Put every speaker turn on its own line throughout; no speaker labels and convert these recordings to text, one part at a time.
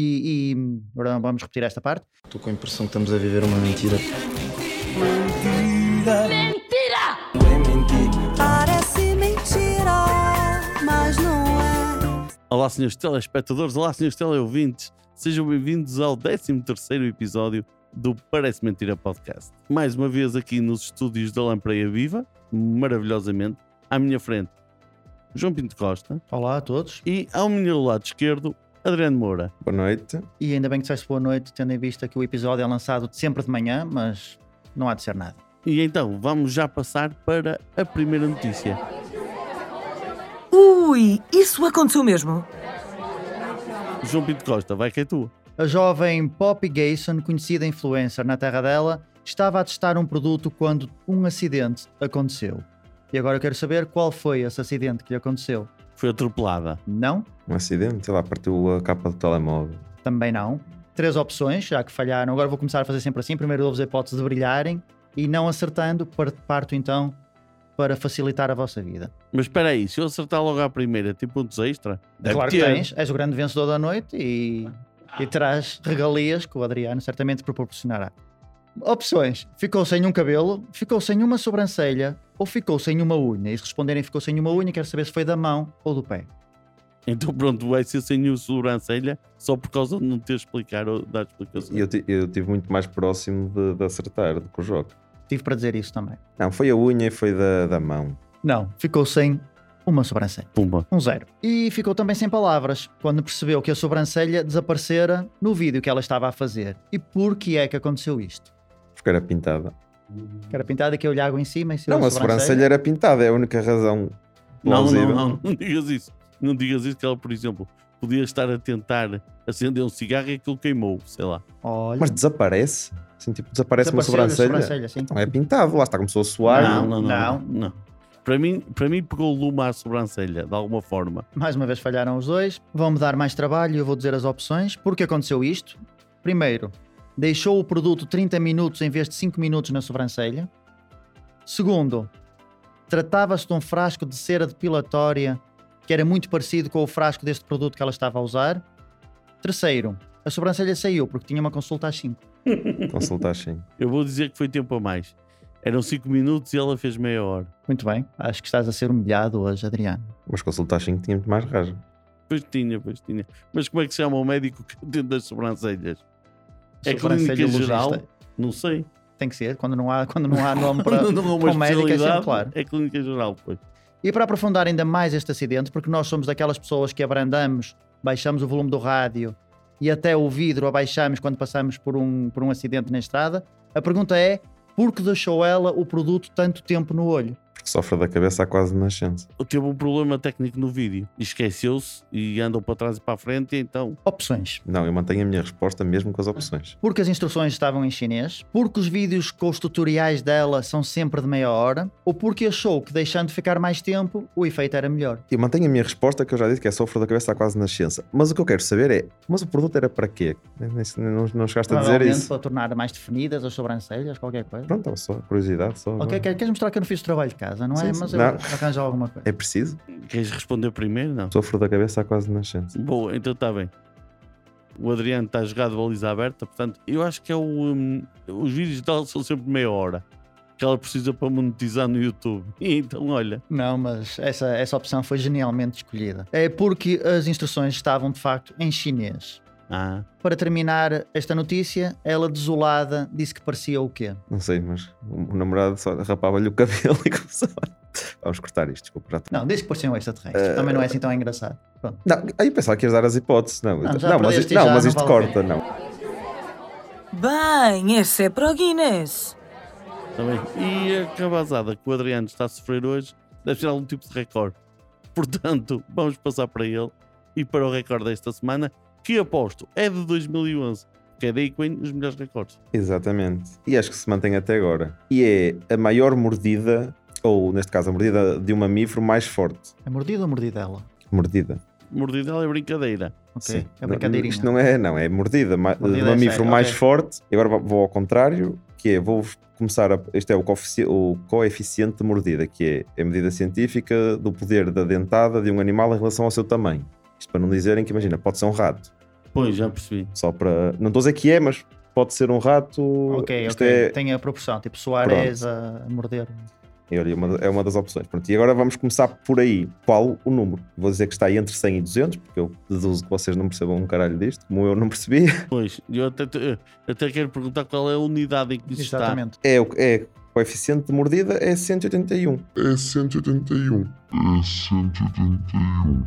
E, e agora não vamos repetir esta parte.
Estou com a impressão que estamos a viver uma mentira.
Mentira!
Parece mentira, mas não é.
Olá, senhores telespectadores, olá, senhores teleouvintes. Sejam bem-vindos ao 13º episódio do Parece Mentira Podcast. Mais uma vez aqui nos estúdios da Lampreia Viva, maravilhosamente. À minha frente, João Pinto Costa
Olá a todos.
e ao meu lado esquerdo, Adriano Moura.
Boa noite.
E ainda bem que disseste boa noite, tendo em vista que o episódio é lançado sempre de manhã, mas não há de ser nada.
E então, vamos já passar para a primeira notícia.
Ui, isso aconteceu mesmo?
João Pinto Costa, vai que é tua.
A jovem Poppy Gayson, conhecida influencer na terra dela, estava a testar um produto quando um acidente aconteceu. E agora eu quero saber qual foi esse acidente que lhe aconteceu.
Foi atropelada.
Não?
Um acidente, sei lá, partiu a capa do telemóvel.
Também não. Três opções, já que falharam. Agora vou começar a fazer sempre assim. Primeiro dou-vos a hipótese de brilharem e não acertando, par- parto então para facilitar a vossa vida.
Mas espera aí, se eu acertar logo à primeira, tipo um tem pontos extra? Deve
claro que
ter.
tens, és o grande vencedor da noite e, e terás regalias que o Adriano certamente te proporcionará. Opções: ficou sem um cabelo, ficou sem uma sobrancelha ou ficou sem uma unha. E se responderem ficou sem uma unha, quero saber se foi da mão ou do pé.
Então pronto, vai ser sem o sobrancelha só por causa de não ter explicado ou dar explicações.
E eu, ti- eu estive muito mais próximo de, de acertar do que o jogo.
Tive para dizer isso também.
Não, foi a unha e foi da, da mão.
Não, ficou sem uma sobrancelha.
Pumba.
Um zero. E ficou também sem palavras quando percebeu que a sobrancelha desaparecera no vídeo que ela estava a fazer. E por que é que aconteceu isto?
Porque era pintada.
Que era pintada e que eu lhe água em cima e
não, a sobrancelha era pintada, é a única razão.
Não, não,
plausível.
não, não digas isso. Não digas isso que ela, por exemplo, podia estar a tentar acender um cigarro e aquilo queimou, sei lá.
Olha,
Mas desaparece. Assim, tipo, desaparece uma
desapareceu-lhe
sobrancelha.
a sobrancelha, sim.
Não é pintado, lá está, começou a suar.
Não.
não. Para mim, para mim pegou luma à sobrancelha, de alguma forma.
Mais uma vez falharam os dois. Vão-me dar mais trabalho e eu vou dizer as opções. Por que aconteceu isto? Primeiro, deixou o produto 30 minutos em vez de 5 minutos na sobrancelha. Segundo, tratava-se de um frasco de cera depilatória que era muito parecido com o frasco deste produto que ela estava a usar. Terceiro, a sobrancelha saiu porque tinha uma consulta às 5.
Consulta assim.
Eu vou dizer que foi tempo a mais. Eram 5 minutos e ela fez meia hora.
Muito bem, acho que estás a ser humilhado hoje, Adriano.
Mas consulta assim que tinha muito mais rasgo.
Pois tinha, pois tinha. Mas como é que se chama o médico que atende as sobrancelhas? É
Sobrancelha
clínica geral?
logista.
Não sei.
Tem que ser, quando não há, quando não há nome para,
não, não, é
para o médico, é sempre claro.
É clínica geral, pois.
E para aprofundar ainda mais este acidente, porque nós somos daquelas pessoas que abrandamos, baixamos o volume do rádio e até o vidro abaixamos quando passamos por um, por um acidente na estrada, a pergunta é: por que deixou ela o produto tanto tempo no olho?
Porque sofre da cabeça há quase nascença.
teve um problema técnico no vídeo. E Esqueceu-se e andam para trás e para a frente, e então.
Opções.
Não, eu mantenho a minha resposta mesmo com as opções.
Porque as instruções estavam em chinês, porque os vídeos com os tutoriais dela são sempre de meia hora, ou porque achou que deixando ficar mais tempo o efeito era melhor.
Eu mantenho a minha resposta que eu já disse que é sofro da cabeça há quase nascença. Mas o que eu quero saber é, mas o produto era para quê? Nem- nem- Não, não chegaste a dizer
Provavelmente
isso.
para tornar mais definidas as sobrancelhas, qualquer coisa.
Pronto, é só curiosidade. Só,
Ok, quer- queres mostrar que eu não fiz o trabalho de casa, não é?
Sim, sim.
Mas eu
Não.
arranjo alguma coisa.
É preciso?
Queres responder primeiro? Não.
Sofro da cabeça há quase nascença.
Boa, então está bem. O Adriano está jogado de baliza aberta, portanto, eu acho que é o. hum, os vídeos dela são sempre meia hora. Que ela precisa para monetizar no YouTube. E então, olha,
Não, mas essa, essa opção foi genialmente escolhida. É porque as instruções estavam de facto em chinês.
ah,
Para terminar esta notícia, ela desolada disse que parecia o quê?
Não sei, mas o namorado só rapava-lhe o cabelo e começava. Vamos cortar isto, desculpa. Já...
Não, disse que parecia um
Eh,
extraterrestre. Também não é assim tão engraçado. Pronto.
Não, aí pensava que ias dar as hipóteses. Não,
Não,
então-
já
não, mas,
perdeste
isto,
e
não
já
mas
não
isto
vale a
corta, não.
Bem, esse é para o Guinness.
está Tá bem. E a cabazada que o Adriano está a sofrer hoje deve ser algum tipo de recorde. Portanto, vamos passar para ele e para o recorde desta semana, que aposto é de 2011, que é daí que vem os melhores recordes.
Exatamente. E acho que se mantém até agora. E é a maior mordida, ou neste caso a mordida de um mamíforo mais forte.
É mordida ou mordidela?
Mordida.
Mordidela é brincadeira.
Ok.
Sim.
É
Não-
brincadeirinha.
Isto não é, não, é mordida, ma-
Mordida
de
é
mamífero
sério,
mais
ok.
forte. E agora vou ao contrário, que é, vou começar a. Este é o, coefici- o coeficiente de mordida, que é a medida científica do poder da dentada de um animal em relação ao seu tamanho. Isto para não dizerem que, imagina, pode ser um rato.
Pois, já percebi.
Só para. Não estou a dizer que é, mas pode ser um rato.
Ok,
Isto
ok.
é-
Tem a proporção, tipo Soares a morder.
E olha, uma- é uma das opções. Pronto, e agora vamos começar por aí. Qual o número? Vou dizer que está aí entre 100 e 200, porque eu deduzo que vocês não percebam um caralho disto, como eu não percebi.
Pois, eu até, te- eu até quero perguntar qual é a unidade em que isso está.
Exatamente.
É, o- é o coeficiente de mordida é 181.
É 181. É 181.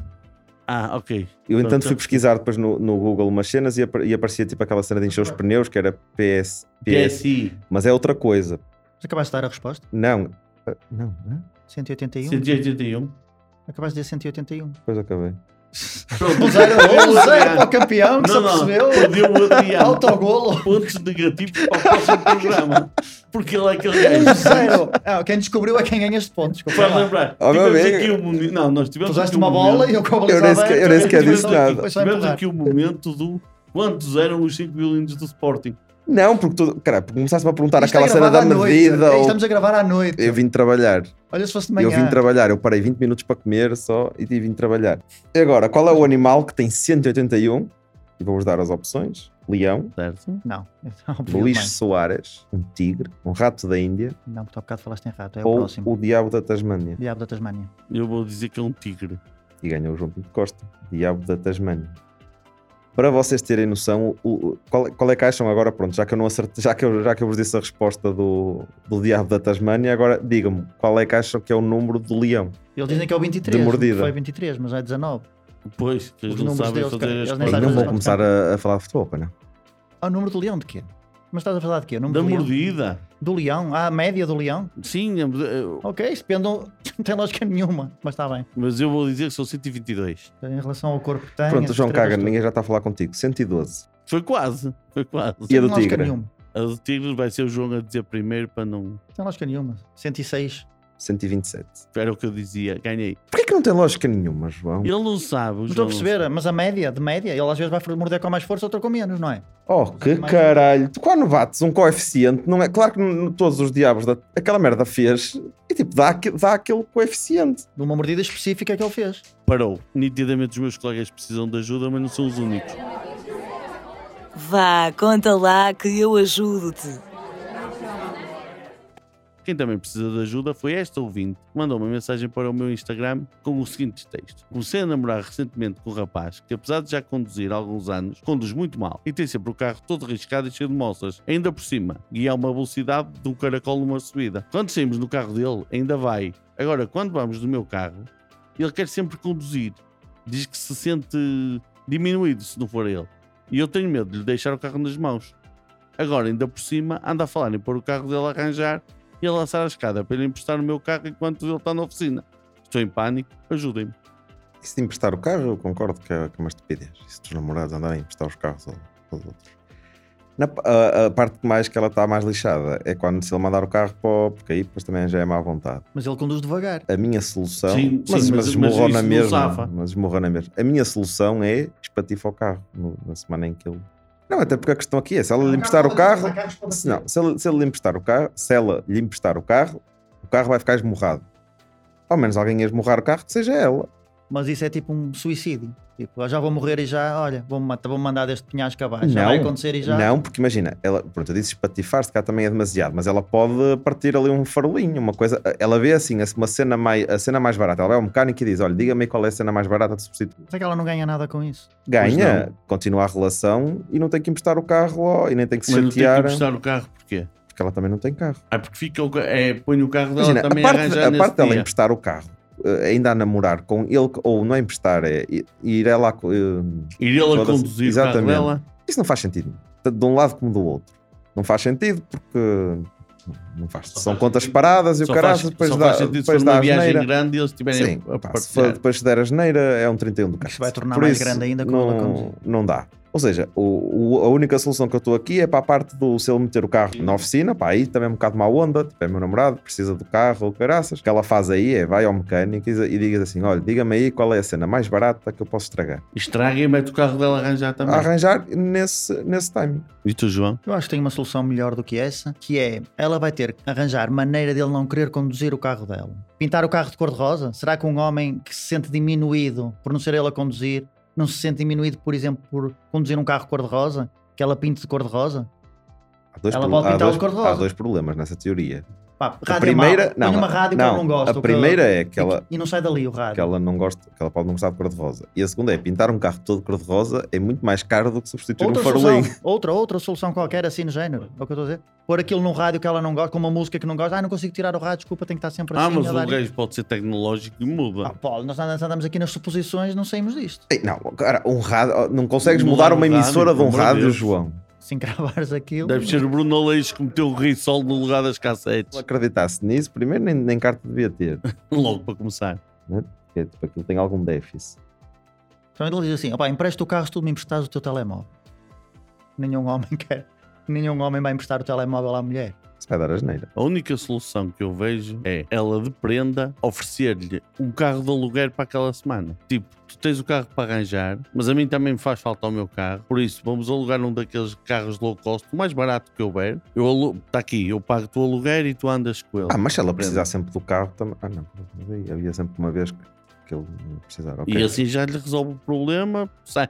Ah, ok.
Eu, entanto,
Pronto.
fui pesquisar depois no, no Google umas cenas e, apa- e aparecia tipo aquela cena de encher os pneus, que era PS, PS.
PSI
Mas é outra coisa.
Mas acabaste de dar a resposta?
Não. Ah, Não, né?
é
181?
181.
Acabaste de dizer 181.
Depois acabei.
Um zero, um zero para o campeão, que se
É Não, não,
apercebeu.
perdeu o Adriano.
Autogolo.
Pontos negativos para o próximo programa. Porque ele é aquele
Um
gajo.
zero. Ah, quem descobriu é quem ganha este ponto. Desculpa.
Então, Para
lá.
lembrar,
Ó, meu
tivemos
amigo.
aqui um momento. Não, nós tivemos
Usaste
aqui um
uma bola e
momento-
eu com a bola
Eu nem sequer- eu nem sequer disse
Tivemos
um
nada.
aqui- Tivemos aqui o momento do quantos eram os 5 violinos do Sporting.
Não, porque tu. Cara, porque começaste-me a perguntar
Isto é
aquela cena da
gravado à noite. é,
medida. ou-
Estamos a gravar à noite.
Eu vim trabalhar.
Olha se fosse de
Eu
manhã.
vim trabalhar, eu parei 20 minutos para comer só e vim trabalhar. E agora, qual é o animal que tem 181? E vou-vos dar as opções: leão,
Certo?
Não.
Luís
Obviamente.
Soares, um tigre, um rato da Índia
Não, porque há bocado falaste em rato. É o
ou
próximo.
o diabo da Tasmânia.
Diabo da Tasmania.
Eu vou dizer que é um tigre.
E ganhou o João Pinto Costa, diabo da Tasmânia. Para vocês terem noção, o- o- qual, é- qual é que acham agora? Pronto, já que eu não acertei, já que eu, já que eu vos disse a resposta do, do diabo da Tasmânia, agora digam-me qual é que acham que é o número do leão?
Eles dizem que é o 23.
De mordida.
Foi 23, mas é 19.
Pois, que eles
Os
não
números
sabem
deles,
fazer
cara,
as
eles nem
E
sabem
não
coisas.
vou
fazer.
começar a, a falar de futebol, pois não?
Ah, o número do leão de quê? Mas estás a falar de quê? O número
Da
do leão?
mordida.
Do leão? Ah, a média do leão?
Sim, é eu-
Ok, se pendam, não tem lógica nenhuma, mas está bem.
mas eu vou dizer que são 122.
Em relação ao corpo que tem...
Pronto,
as
João
estrelas,
Caga,
tudo.
ninguém já está a falar contigo. 112.
Foi quase, foi quase.
E a do
Não tem lógica
tigre?
nenhuma.
A do Tigre vai ser o João a dizer primeiro para não.
Não tem lógica nenhuma. 106.
127.
Era o que eu dizia, ganhei.
Porquê que não tem lógica nenhuma, João?
Ele não sabe. o
Não estou a
João não
perceber,
sabe.
mas a média, de média, ele às vezes vai morder com mais força, outra com menos, não é?
Oh, que
Mas-
caralho. Tu quando bates um coeficiente, não é? Claro que n- todos os diabos da... aquela merda fez e tipo, dá, aque- dá aquele coeficiente.
De uma mordida específica que ele fez.
Parou. Nitidamente os meus colegas precisam de ajuda, mas não são os únicos.
Vá, conta lá que eu ajudo-te.
Quem também precisa de ajuda foi esta ouvinte, que mandou uma mensagem para o meu Instagram com o seguinte texto. Comecei a namorar recentemente com um rapaz que, apesar de já conduzir há alguns anos, conduz muito mal e tem sempre o carro todo riscado e cheio de moças. Ainda por cima, guia a uma velocidade de um caracol numa subida. Quando saímos no carro dele, ainda vai. Agora, quando vamos no meu carro, ele quer sempre conduzir. Diz que se sente diminuído se não for ele. E eu tenho medo de lhe deixar o carro nas mãos. Agora, ainda por cima, anda a falar em pôr o carro dele a arranjar e a lançar a escada para ele emprestar o meu carro enquanto ele está na oficina. Estou em pânico, ajudem-me.
Isso de emprestar o carro, eu concordo que é, que é uma estupidez. Isso dos namorados andarem a emprestar os carros ao- aos outros. Na pa- a, a parte que mais que ela está mais lixada é quando se ele mandar o carro para o... Porque aí depois também já é má vontade.
Mas ele conduz devagar.
A minha solução.
Sim,
mas, mas,
sim, mas-
esmorrou
mas
na
isso não
mesma.
safa.
Mas esmorrou na mesma. A minha solução é espatifa o carro no- na semana em que ele. Não, até porque a questão aqui é: se ela lhe emprestar o carro. Se, não, se, ele, se ele lhe emprestar o carro, se ela lhe emprestar o carro, o carro vai ficar esmorrado. Ao menos alguém a esmorrar o carro que seja ela.
Mas isso é tipo um suicídio. Tipo, eu já vou morrer e já, olha, vou-me matar- vou-me mandar deste penhasco abaixo. Já vai acontecer e já.
Não, porque imagina, ela, pronto, eu disse espatifar, se cá também é demasiado, mas ela pode partir ali um farolinho, uma coisa. Ela vê assim, uma cena mais, a cena mais barata. Ela vai ao mecânico e diz: olha, diga-me aí qual é a cena mais barata de substituir.
Será que ela não ganha nada com isso?
Pois
ganha, continua a relação e não tem que emprestar o carro ó, e nem tem que se
Mas não tem que
chatear,
emprestar o carro porquê?
porque ela também não tem carro.
Ah, porque fica o, ca- é, põe o carro dela
Imagina, a
também a
parte,
arranjar
a
nesse
parte dela
dia.
emprestar o carro, eh, ainda a namorar com ele, ou não é emprestar, é i- ir ela a. co- eh,
Ir ele a
Foda-se.
conduzir o
Exatamente.
carro dela.
Isso não faz sentido, tanto de um lado como do outro. Não faz sentido porque. Não faz, são
faz
contas
sentido-
paradas e o
Só
caralho
faz,
depois
só
dá,
faz sentido se for
depois dá
uma
a
viagem
geneira.
grande e eles estiverem
Sim,
a
pá, se for
partilhar.
depois se der a geneira, é um 31 do caralho.
Isso vai tornar
Por
mais
isso,
grande ainda como ela conduz.
não, não dá. Ou seja, o- o- a única solução que eu estou aqui é para a parte do se ele meter o carro na oficina, pá, aí também é um bocado má onda, tipo, é meu namorado, precisa do carro ou caraças. O que ela faz aí é vai ao mecânico e, diz- e digas assim: olha, diga-me aí qual é a cena mais barata que eu posso estragar.
Estraga e mete o carro dela a arranjar também.
Arranjar nesse, nesse timing.
E tu, João?
Eu acho que tem uma solução melhor do que essa, que é ela vai ter que arranjar maneira dele não querer conduzir o carro dela. Pintar o carro de cor-de-rosa? Será que um homem que se sente diminuído por não ser ele a conduzir não se sente diminuído, por exemplo, por conduzir um carro cor-de-rosa, que ela pinte de cor-de-rosa?
Há dois,
Ela
pro-
pode
há,
pintar
dois,
os cor-de-rosa.
há dois problemas nessa teoria.
Pá,
A
rádio é
primeira,
mau. Tenho
não,
uma rádio que eu não gosto.
A
que eu-
primeira é que ela,
E não sai dali o rádio.
que ela não gosta, que ela pode não gostar de cor-de-rosa. E a segunda é pintar um carro todo cor-de-rosa é muito mais caro do que substituir
Outra
um farolinho.
solução, outra, outra solução qualquer assim no género, é o que eu estou a dizer. Pôr aquilo num rádio que ela não gosta, com uma música que não gosta. Ah, não consigo tirar o rádio, desculpa, tenho que estar sempre assim.
Ah, mas
a
o
dar-
gajo pode ser tecnológico e muda.
Ah, Paulo, nós andamos andamos aqui nas suposições, não saímos disto.
Ei, Não, cara, um rádio, não consegues
Mudar
mudar,
o
uma
é rádio,
emissora de
pelo
um
amor de
rádio,
Deus.
João.
Se encravares aquilo...
Deve ser o Bruno Aleixo que meteu o risol no lugar das
Se
cassetes.
acreditasse nisso, primeiro nem, nem carta devia ter.
Logo para começar.
Porque, tipo, aquilo tem algum déficit.
Então ele diz assim, opá, empresta o carro se tu me emprestas o teu telemóvel. Nenhum homem quer... Nenhum homem vai emprestar o telemóvel à mulher.
Isso vai dar asneira.
A única solução que eu vejo é ela de prenda oferecer-lhe um carro de aluguer para aquela semana. Tipo, tu tens o carro para arranjar, mas a mim também me faz falta o meu carro. Por isso, vamos alugar um daqueles carros low cost, o mais barato que houver. Eu alu- Está aqui, eu pago o aluguer e tu andas com ele.
Ah, mas se ela precisar sempre do carro também. Ah, não. mas aí Havia sempre uma vez que que ele não precisava. Ok.
E assim já lhe resolve o problema. sai.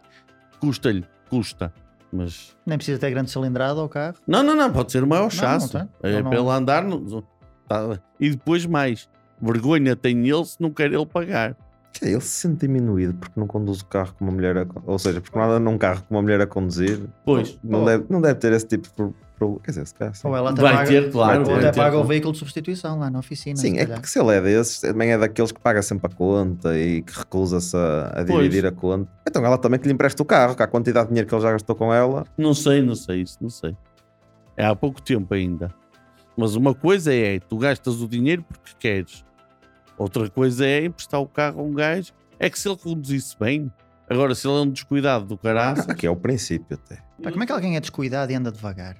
Custa-lhe, custa. Mas.
Nem precisa ter grande cilindrada ao carro.
Não, não, não, pode ser o maior chasse.
não tem.
é
Não, não.
para ele andar. no- tá- E depois mais. Vergonha tem ele se não quer ele pagar.
Quer dizer, Ele se sente diminuído porque não conduz o carro com uma mulher a, con- Ou seja, porque não anda num carro com uma mulher a conduzir.
Pois.
Não,
Oh.
deve, não deve ter esse tipo de pro- pro- Quer dizer, se calhar. sim.
Ou ela até
Vai
paga,
ter, claro,
ou
vai
até
ter,
paga o
claro.
veículo de substituição lá na oficina.
Sim,
se
é
calhar.
que se ele é desses, também é daqueles que paga sempre a conta e que recusa-se a, a dividir a conta. Então ela também que lhe empresta o carro, que a quantidade de dinheiro que ele já gastou com ela.
Não sei, não sei isso, não sei. É há pouco tempo ainda. Mas uma coisa é, tu gastas o dinheiro porque queres. Outra coisa é emprestar o carro a um gajo. É que se ele conduzisse bem, agora se ele é um descuidado do caraças,
Ah,
Aqui é o princípio até.
Pá, como é que alguém é descuidado e anda devagar?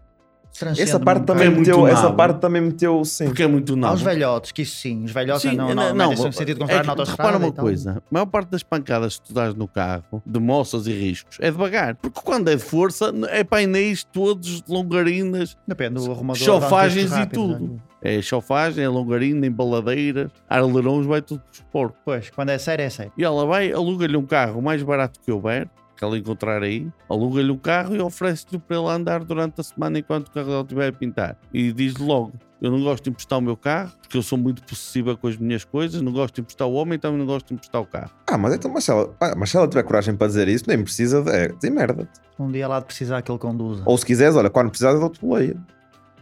Essa
Transcende-me um
parte
bocado.
também
É muito
meteu, essa
nabo.
parte também meteu sim.
porque é muito
Há
não.
os velhotes, que isso sim, os velhotes
Sim,
não, não, não, no sentido de
é
comprar
que
na então. autostrada
repara
e
uma
tal.
coisa: a maior parte das pancadas que tu dás no carro, de moças e riscos, é devagar. Porque quando é de força, é painéis todos, longarinas,
Depende do arrumador.
Chofagens
dá um
e
texto rápido,
tudo.
não é?
é chofagem, é longarina, embaladeiras, arleirões, vai tudo por porco.
Pois, quando é sério, é sério.
E ela vai, aluga-lhe um carro o mais barato que houver, que ela encontrar aí, aluga-lhe um carro e oferece-lhe para ele andar durante a semana enquanto o carro dela estiver a pintar. E diz-lhe logo: Eu não gosto de emprestar o meu carro, porque eu sou muito possessiva com as minhas coisas, não gosto de emprestar o homem, também não gosto de emprestar o carro.
Ah, mas então, mas se ela, ah, mas se ela tiver coragem para dizer isso, nem precisa de. É, de merda.
Um dia lá de precisar que ele conduza.
Ou se quiseres, olha, quando precisares, eu dou-te boleia.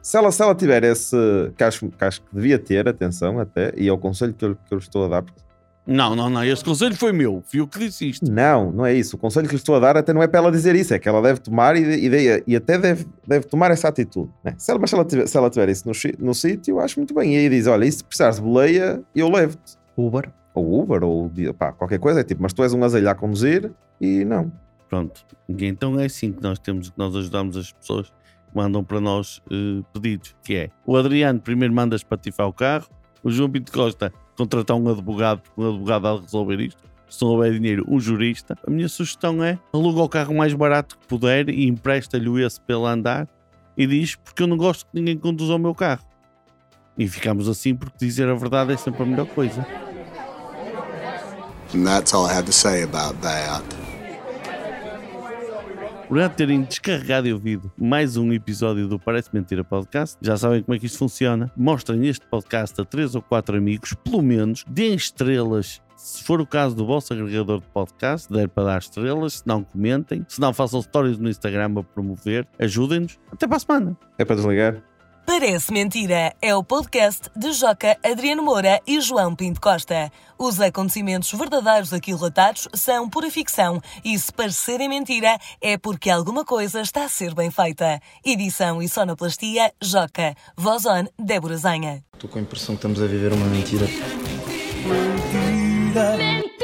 Se ela, se ela tiver esse. Que acho, que acho que devia ter, atenção até, e é o conselho que eu, que eu lhe estou a dar, porque
Não, não, não, esse conselho foi meu, fui eu que disse isto.
Não, não é isso. O conselho que lhe estou a dar até não é para ela dizer isso, é que ela deve tomar e, e, de- e até deve, deve tomar essa atitude. né? Se ela, mas se ela, tiver, se ela tiver isso no, chi- no sítio, acho muito bem. E aí diz: olha, e se precisares de boleia, eu levo-te.
Uber.
Ou Uber, ou de- pá, qualquer coisa. É tipo, mas tu és um azelha a conduzir e não.
Pronto. E então é assim que nós temos, que nós ajudamos as pessoas que mandam para nós eh, pedidos, que é o Adriano primeiro manda espatifar o carro, o João Pinto Costa contratar um advogado, porque um advogado há de resolver isto, se não houver dinheiro, um jurista. A minha sugestão é aluga o carro mais barato que puder e empresta-lhe esse para ele andar e diz porque eu não gosto que ninguém conduza o meu carro. E ficamos assim porque dizer a verdade é sempre a melhor coisa.
And that's all I have to say about that.
Por já terem descarregado e ouvido mais um episódio do Parece Mentira Podcast, já sabem como é que isto funciona. Mostrem este podcast a três ou quatro amigos, pelo menos, deem estrelas. Se for o caso do vosso agregador de podcast, der para dar estrelas, se não comentem, se não façam stories no Instagram a promover, ajudem-nos. Até para a semana.
É para desligar.
Parece Mentira é o podcast de Joca, Adriano Moura e João Pinto Costa. Os acontecimentos verdadeiros aqui relatados são pura ficção e se parecerem mentira é porque alguma coisa está a ser bem feita. Edição e sonoplastia, Joca. Voz on, Débora Zanha.
Estou com a impressão que estamos a viver uma mentira.
Mentira.
é.